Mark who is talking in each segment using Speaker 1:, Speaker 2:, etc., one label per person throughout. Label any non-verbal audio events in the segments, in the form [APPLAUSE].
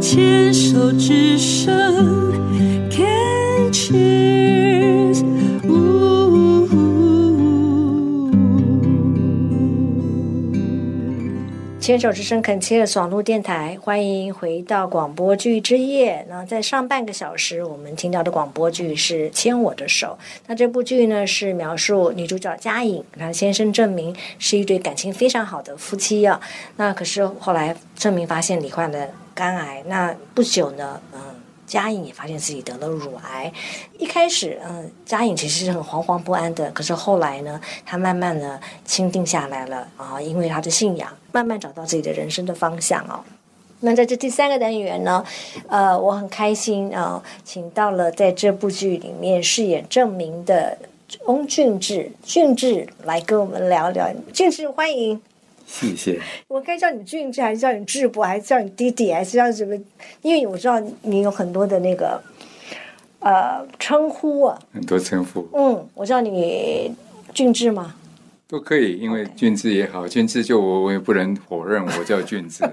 Speaker 1: 牵手之声，Can cheers。
Speaker 2: 牵手之声 Can Cheers 网络电台，欢迎回到广播剧之夜。那在上半个小时，我们听到的广播剧是《牵我的手》。那这部剧呢，是描述女主角佳颖，她先生证明是一对感情非常好的夫妻啊。那可是后来证明发现罹患了肝癌，那不久呢，嗯。佳颖也发现自己得了乳癌，一开始，嗯，佳颖其实是很惶惶不安的。可是后来呢，她慢慢的清定下来了啊，因为她的信仰，慢慢找到自己的人生的方向哦。那在这第三个单元呢，呃，我很开心啊、请到了在这部剧里面饰演郑明的翁俊志，俊志来跟我们聊聊。俊志，欢迎！
Speaker 3: 谢谢。
Speaker 2: 我该叫你俊志，还是叫你智博，还是叫你弟弟，还是叫什么？因为我知道你有很多的那个呃称呼啊。
Speaker 3: [LAUGHS] 很多称呼
Speaker 2: 嗯，我叫你俊志吗？
Speaker 3: 都可以，因为俊志也好，俊志就我我也不能否认我叫俊 [LAUGHS] 志。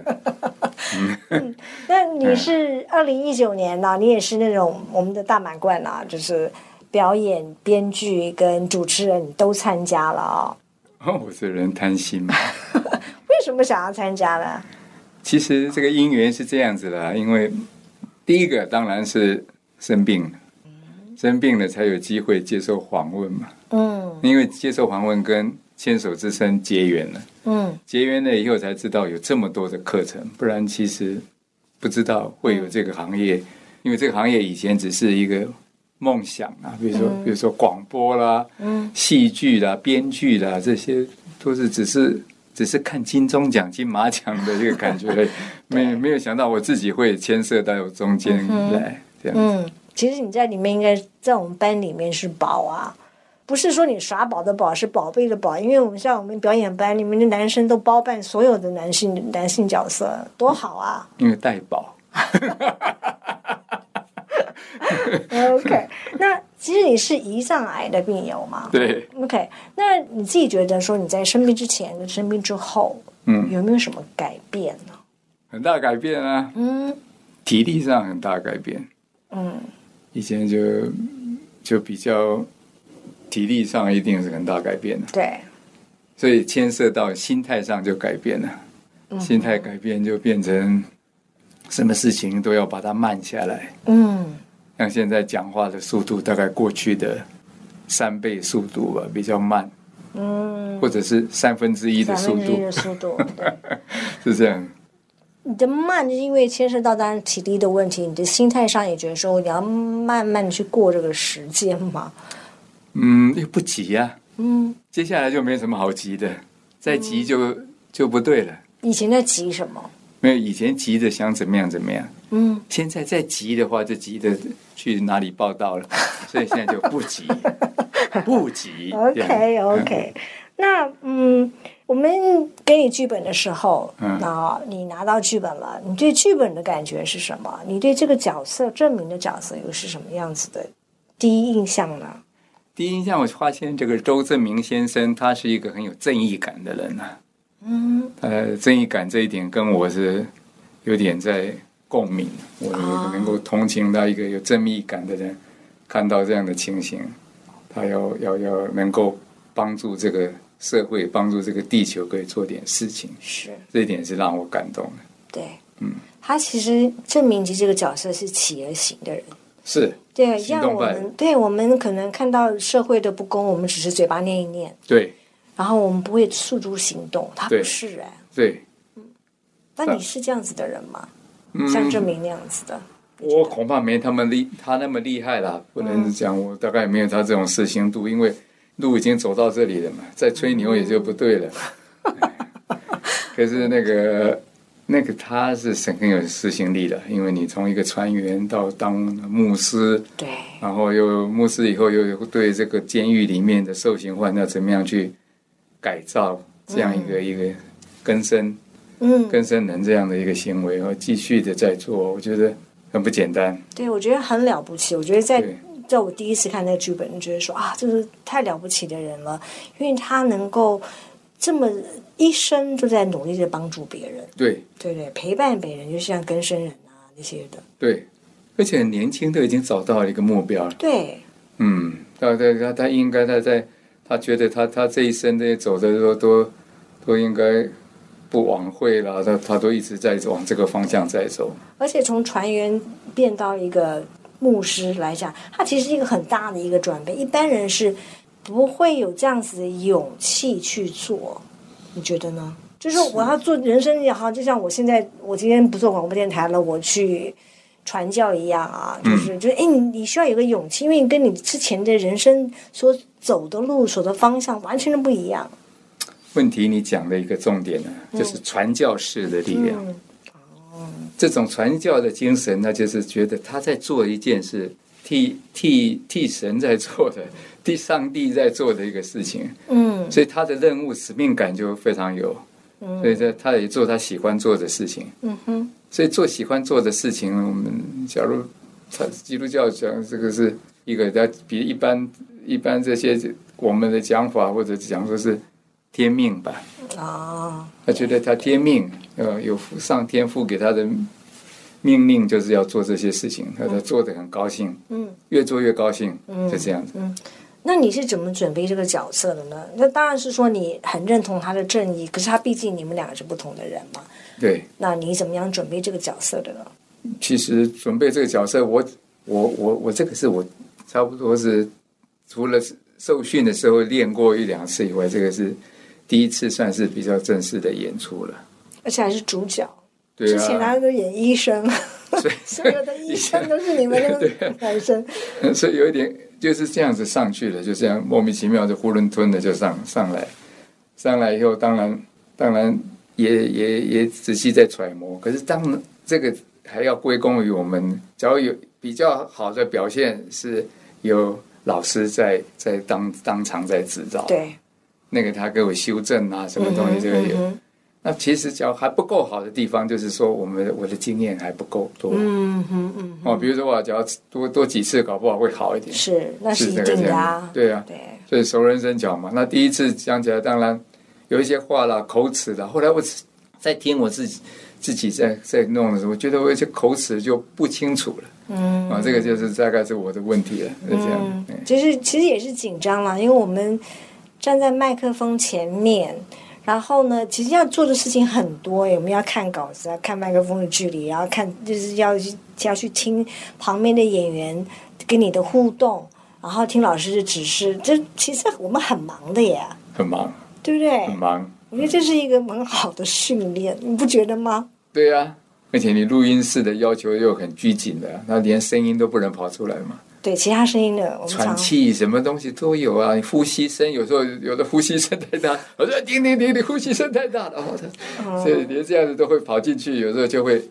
Speaker 2: 那你是二零一九年呐、你也是那种我们的大满贯呐、就是表演、编剧跟主持人你都参加了啊、
Speaker 3: 哦我这人贪心嘛。
Speaker 2: 为什么想要参加呢？
Speaker 3: 其实这个因缘是这样子的啊，因为第一个当然是生病了，生病了才有机会接受访问嘛。
Speaker 2: 嗯
Speaker 3: 因为接受访问跟牵手之声结缘了，
Speaker 2: 嗯
Speaker 3: 结缘了以后才知道有这么多的课程，不然其实不知道会有这个行业，
Speaker 2: 嗯
Speaker 3: 因为这个行业以前只是一个梦想啊，比如说、比如说广播啦、
Speaker 2: 嗯
Speaker 3: 戏剧啦、编剧啦，这些都是只是只是看金钟奖、金马奖的一个感觉
Speaker 2: [LAUGHS]
Speaker 3: 而已，没没有想到我自己会牵涉到中间来，这样
Speaker 2: 嗯，其实你在里面应该在我们班里面是宝啊。不是说你耍宝的宝，是宝贝的宝，因为我们像我们表演班里面的男生都包办所有的男性男性角色，多好啊！
Speaker 3: 因为带宝。
Speaker 2: OK，那 [LAUGHS] 其实你是胰脏癌的病友嘛？
Speaker 3: 对，
Speaker 2: OK，那你自己觉得说你在生病之前跟生病之后，
Speaker 3: 嗯
Speaker 2: 有没有什么改变呢？
Speaker 3: 很大改变啊，
Speaker 2: 嗯
Speaker 3: 体力上很大改变。
Speaker 2: 嗯
Speaker 3: 以前就就比较体力上一定是很大改变的，
Speaker 2: 对，
Speaker 3: 所以牵涉到心态上就改变
Speaker 2: 嗯
Speaker 3: 了，心态改变就变成什么事情都要把它慢下来，
Speaker 2: 嗯
Speaker 3: 像现在讲话的速度大概过去的三倍速度吧，比较慢，
Speaker 2: 嗯，
Speaker 3: 或者是三分之一的
Speaker 2: 三
Speaker 3: 速
Speaker 2: 分之一
Speaker 3: 度
Speaker 2: 的，速度。对
Speaker 3: 是这样。
Speaker 2: 你的慢，就是因为牵涉到当然体力的问题，你的心态上也觉得说你要慢慢的去过这个时间嘛。
Speaker 3: 嗯，又不急呀、
Speaker 2: 嗯，
Speaker 3: 接下来就没什么好急的，再急就就不对了。
Speaker 2: 以前在急什么？
Speaker 3: 没有以前急着想怎么样怎么样，
Speaker 2: 嗯，
Speaker 3: 现在再急的话，就急着去哪里报道了，所以现在就不急，不急。这样
Speaker 2: OK OK，那嗯，我们给你剧本的时候，
Speaker 3: 嗯
Speaker 2: 那你拿到剧本了，你对剧本的感觉是什么？你对这个角色证明的角色又是什么样子的第一印象呢？
Speaker 3: 第一印象，我发现这个周正明先生，他是一个很有正义感的人啊。
Speaker 2: 嗯，
Speaker 3: 呃，正义感这一点跟我是有点在共鸣，我
Speaker 2: 啊
Speaker 3: 能够同情到一个有正义感的人，看到这样的情形，他要要要能够帮助这个社会，帮助这个地球，可以做点事情，
Speaker 2: 是
Speaker 3: 这一点是让我感动的。
Speaker 2: 对，嗯，他其实证明其实这个角色是企鹅型的人。
Speaker 3: 是，
Speaker 2: 对，
Speaker 3: 行
Speaker 2: 让
Speaker 3: 动
Speaker 2: 我
Speaker 3: 派
Speaker 2: 们对我们可能看到社会的不公，我们只是嘴巴念一念，
Speaker 3: 对
Speaker 2: 然后我们不会付诸行动。他不
Speaker 3: 对
Speaker 2: 是哎、
Speaker 3: 对，
Speaker 2: 那你是这样子的人吗？
Speaker 3: 嗯
Speaker 2: 像证明那样子的？
Speaker 3: 我恐怕没他们厉，他那么厉害啦，不能讲我大概没有他这种事情度，因为路已经走到这里了嘛，再吹牛也就不对 [LAUGHS] 了。可是那个那个他是很有执行力的，因为你从一个船员到当牧师，
Speaker 2: 对，
Speaker 3: 然后又牧师以后又对这个监狱里面的受刑犯要怎么样去改造这样一个、一个根深
Speaker 2: 嗯，
Speaker 3: 更生人这样的一个行为，而继续的在做，我觉得很不简单。
Speaker 2: 对，我觉得很了不起。我觉得在
Speaker 3: 对
Speaker 2: 在我第一次看那个剧本，就觉得说啊，这是太了不起的人了，因为他能够这么一生就在努力的帮助别人，
Speaker 3: 对
Speaker 2: 对不对？陪伴别人，就像更生人啊，那些的。
Speaker 3: 对，而且很年轻都已经找到了一个目标了。
Speaker 2: 对，
Speaker 3: 嗯，他他他他应该他在他觉得他他这一生这走的时候都都应该不枉费了，他他都一直在往这个方向在走。
Speaker 2: 而且从船员变到一个牧师来讲，他其实是一个很大的一个转变，一般人是不会有这样子的勇气去做，你觉得呢？就是我要做人生也好，就像我现在，我今天不做广播电台了，我去传教一样啊，就是、就是，哎，你你需要有个勇气，因为跟你之前的人生所走的路、走的方向完全都不一样。
Speaker 3: 问题你讲的一个重点呢、就是传教士的力量。
Speaker 2: 嗯
Speaker 3: 这种传教的精神，那就是觉得他在做一件事，替替替神在做的，替上帝在做的一个事情，
Speaker 2: 嗯
Speaker 3: 所以他的任务使命感就非常有。所以他他也做他喜欢做的事情。
Speaker 2: 嗯哼，
Speaker 3: 所以做喜欢做的事情，我们假如他基督教讲这个是一个，它比一般一般这些我们的讲法或者讲说是天命吧，
Speaker 2: 啊，
Speaker 3: 他觉得他天命，呃，有父上天赋给他的命令，就是要做这些事情，他他做的很高兴，
Speaker 2: 嗯。
Speaker 3: 越做越高兴，就这样子。
Speaker 2: 那你是怎么准备这个角色的呢？那当然是说你很认同他的正义，可是他毕竟你们两个是不同的人嘛。
Speaker 3: 对，
Speaker 2: 那你怎么样准备这个角色的呢？
Speaker 3: 其实准备这个角色，我我我我这个是我差不多是除了受训的时候练过一两次以外，这个是第一次算是比较正式的演出了。
Speaker 2: 而且还是主角，
Speaker 3: 对
Speaker 2: 之前
Speaker 3: 啊，
Speaker 2: 他都演医生，
Speaker 3: 所以
Speaker 2: [LAUGHS] 所有的医生都是你们
Speaker 3: [LAUGHS]
Speaker 2: 那
Speaker 3: 啊
Speaker 2: 个男生。
Speaker 3: 所以有一点就是这样子上去了，就这样莫名其妙就囫囵吞的就上上来，上来以后当然当然也也也仔细在揣摩，可是当这个还要归功于我们，假如有比较好的表现是有老师在在当当场在指导，，
Speaker 2: 对，
Speaker 3: 那个他给我修正啊什么东西这个有。
Speaker 2: 嗯
Speaker 3: 那其实，只要还不够好的地方，就是说我们的我的经验还不够多、
Speaker 2: 嗯哼嗯
Speaker 3: 哦。比如说，我只要多多几次，搞不好会好一点
Speaker 2: 哼，。是，那是
Speaker 3: 是
Speaker 2: 一
Speaker 3: 这个
Speaker 2: 定
Speaker 3: 这
Speaker 2: 的
Speaker 3: 样
Speaker 2: 啊。，
Speaker 3: 对啊，
Speaker 2: 对，
Speaker 3: 所以熟人生巧嘛。那第一次讲起来，当然有一些话啦、口齿啦。后来我只在听我自己自己在在弄的时候，我觉得我有些口齿就不清楚了。
Speaker 2: 嗯
Speaker 3: 啊，这个就是大概是我的问题了，是这样。嗯
Speaker 2: 就是其实也是紧张啦，因为我们站在麦克风前面，然后呢，其实要做的事情很多，我们要看稿子啊，看麦克风的距离，然后看就是要去要去听旁边的演员跟你的互动，然后听老师的指示，这其实我们很忙的耶，
Speaker 3: 很忙，
Speaker 2: 对不对
Speaker 3: 很？忙。
Speaker 2: 我觉得这是一个很好的训练，你不觉得吗？
Speaker 3: 对啊，而且你录音室的要求又很拘谨的，那连声音都不能跑出来嘛，
Speaker 2: 对，其他声音呢，我们
Speaker 3: 喘
Speaker 2: 常
Speaker 3: 气什么东西都有啊。你呼吸声有时候有的呼吸声太大， [LAUGHS] 我说停停停，你呼吸声太大了，哦他所以连这样子都会跑进去，有时候就会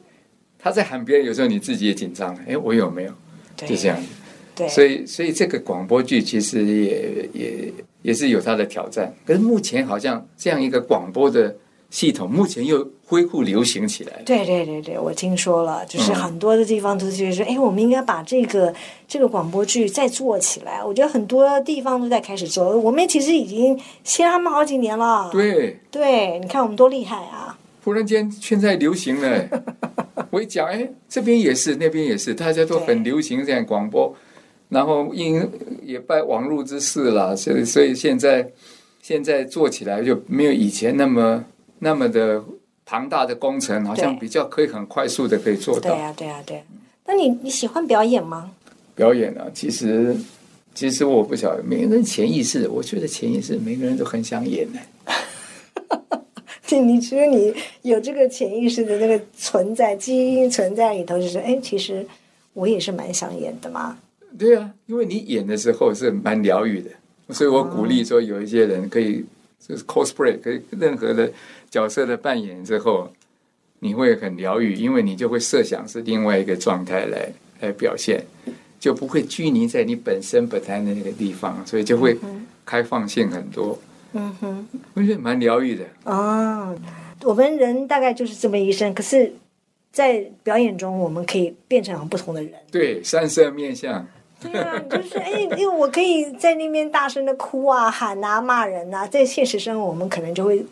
Speaker 3: 他在喊别人，有时候你自己也紧张了，哎，我有没有？
Speaker 2: 对
Speaker 3: 就这样子。
Speaker 2: 对，
Speaker 3: 所以，所以这个广播剧其实也也也是有它的挑战。可是目前好像这样一个广播的系统，目前又恢复流行起来了。
Speaker 2: 对对对对，我听说了，就是
Speaker 3: 嗯
Speaker 2: 很多的地方都觉得说，哎、我们应该把这个这个广播剧再做起来。我觉得很多地方都在开始做，我们其实已经先他们好几年了。
Speaker 3: 对，
Speaker 2: 对，你看我们多厉害啊！
Speaker 3: 忽然间现在流行了、我一讲，哎，这边也是，那边也是，大家都很流行这样广播，然后因也拜网络之赐啦，所以所以现在现在做起来就没有以前那么那么的庞大的工程，好像
Speaker 2: 对
Speaker 3: 比较可以很快速的可以做
Speaker 2: 对啊
Speaker 3: 到
Speaker 2: 呀、对呀、对、呀。那你你喜欢表演吗？ [LAUGHS]
Speaker 3: 表演啊。其实其实我不晓得，每个人潜意识，我觉得潜意识每个人都很想演的、
Speaker 2: 就你觉得你有这个潜意识的那个存在，基因存在里头，就是哎，其实我也是蛮想演的嘛。
Speaker 3: 对啊，因为你演的时候是蛮疗愈的，所以我鼓励说有一些人可以就是 cosplay，可以任何的角色的扮演之后，你会很疗愈，因为你就会设想是另外一个状态来来表现，就不会拘泥在你本身本来的那个地方，所以就会开放性很多，
Speaker 2: 嗯哼。
Speaker 3: 我觉得蛮疗愈的。
Speaker 2: 哦，我们人大概就是这么一生，可是，在表演中，我们可以变成很不同的人。
Speaker 3: 对，三色面相，
Speaker 2: 对 [LAUGHS] 啊，你就是哎，因为我可以在那边大声的哭啊、喊啊、骂人啊，在现实生活，我们可能就会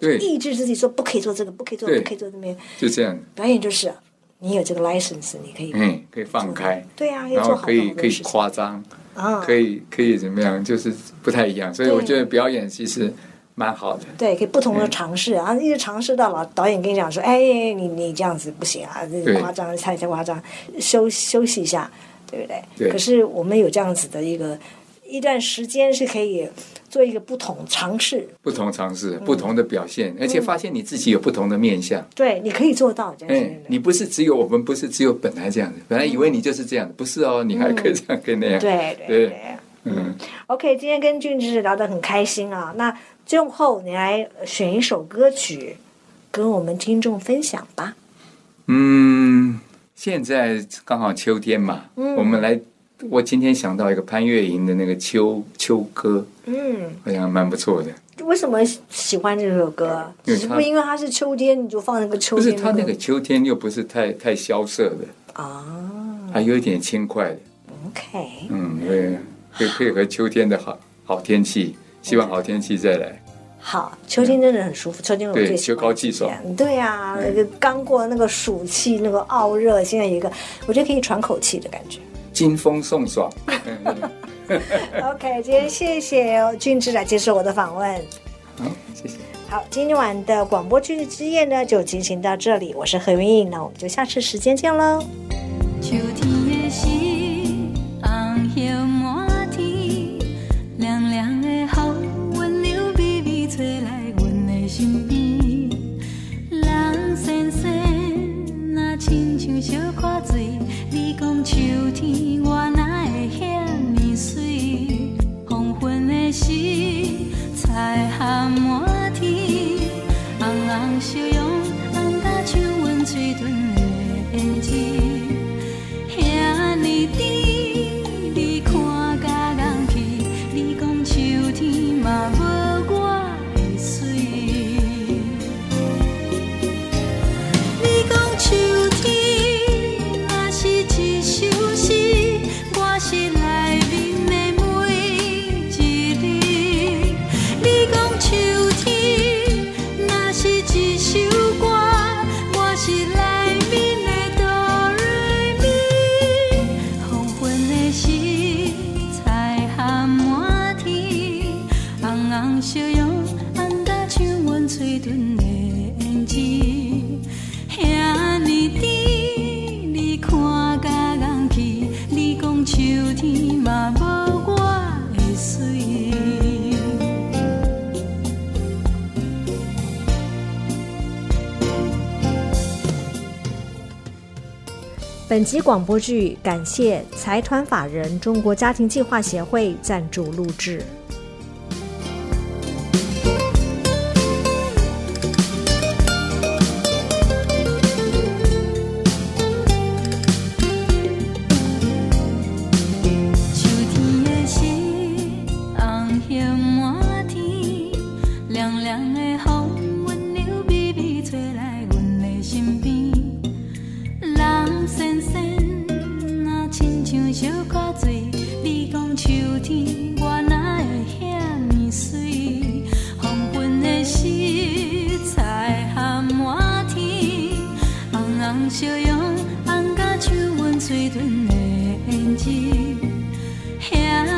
Speaker 3: 对，
Speaker 2: 抑制自己说不可以做这个，不可以做，
Speaker 3: 对
Speaker 2: 不可以做那边。
Speaker 3: 就这样。
Speaker 2: 表演就是你有这个 license，你可以
Speaker 3: 嗯，可以放开，
Speaker 2: 对啊，可以
Speaker 3: 然
Speaker 2: 做
Speaker 3: 后
Speaker 2: 好
Speaker 3: 可以
Speaker 2: 多
Speaker 3: 可以夸张，
Speaker 2: 啊
Speaker 3: 可以可以怎么样，就是不太一样。所以我
Speaker 2: 对
Speaker 3: 觉得表演其实蛮好的。
Speaker 2: 对，可以不
Speaker 3: 嗯
Speaker 2: 同的尝试啊，一直尝试到老导演跟你讲说，哎，你你这样子不行啊，这
Speaker 3: 对
Speaker 2: 夸张，太太夸张，休休息一下，对不对？
Speaker 3: 对
Speaker 2: 可是我们有这样子的一个一段时间是可以做一个不同尝试，
Speaker 3: 不同尝试，
Speaker 2: 嗯
Speaker 3: 不同的表现，而且发现你自己有不同的面相。
Speaker 2: 对，你可以做到这样
Speaker 3: 哎
Speaker 2: 子，。
Speaker 3: 你不是只有我们，不是只有本来这样子，本来以为你就是这样子，不是哦，你还可以这样，可以那样。
Speaker 2: 嗯对对
Speaker 3: 对
Speaker 2: 对。
Speaker 3: 嗯，
Speaker 2: OK，今天跟俊志聊得很开心啊。那最后你来选一首歌曲，跟我们听众分享吧。
Speaker 3: 嗯，现在刚好秋天嘛，
Speaker 2: 嗯
Speaker 3: 我们来，我今天想到一个潘越云的那个秋秋歌，
Speaker 2: 嗯，
Speaker 3: 好像蛮不错的。
Speaker 2: 为什么喜欢这首歌？
Speaker 3: 因
Speaker 2: 只
Speaker 3: 为它
Speaker 2: 是不因为它是秋天，你就放那个秋
Speaker 3: 不是
Speaker 2: 天
Speaker 3: 他那
Speaker 2: 歌
Speaker 3: 个秋天又不是太太萧瑟的，
Speaker 2: 啊
Speaker 3: 还有一点轻快的，
Speaker 2: ？OK，
Speaker 3: 嗯，对，可以配合秋天的好好天气，希望好天气再来。
Speaker 2: 好，秋天真的很舒服，秋天我
Speaker 3: 对
Speaker 2: 最喜欢
Speaker 3: 秋高嗯气爽
Speaker 2: 这样。对啊，那个刚过那个暑气，那个傲热，现在有一个我觉得可以喘口气的感
Speaker 3: [LAUGHS]
Speaker 2: 觉。
Speaker 3: 金风送爽，
Speaker 2: OK，今天谢谢哦俊志来接受我的访问。
Speaker 3: 好，谢谢。
Speaker 2: 好，今晚的广播剧之夜呢，就进行到这里。我是何云颖，那我们就下次时间见喽。
Speaker 1: 秋天的心，红叶满天，凉凉的雨，温柔微微吹来阮的身边。人生生，若亲像小可水，你讲秋天我哪会遐尼水？黄昏的时，彩霞满天，红红笑容，红甲像阮嘴唇的胭脂。遐尼甜，你看甲人去，你讲秋天嘛无我会水。你讲秋天嘛是一首诗，我是内面的每一日。你讲秋天若是一首歌，我是内面的哆来咪。黄昏的时，彩霞满天，红红笑容，红甲像阮嘴唇的胭脂。遐尼甜，你看甲人去，你讲秋天嘛无我会水。
Speaker 2: 本集广播剧感谢财团法人中国家庭计划协会赞助录制。
Speaker 1: 秋天的心，红叶满天，凉凉的风，温柔微微吹来阮的身边。人生生，若亲像小可水，你讲秋天，我哪会遐尼水？黄昏的时，彩霞满天，红红笑容，红甲像阮嘴唇的胭脂。遐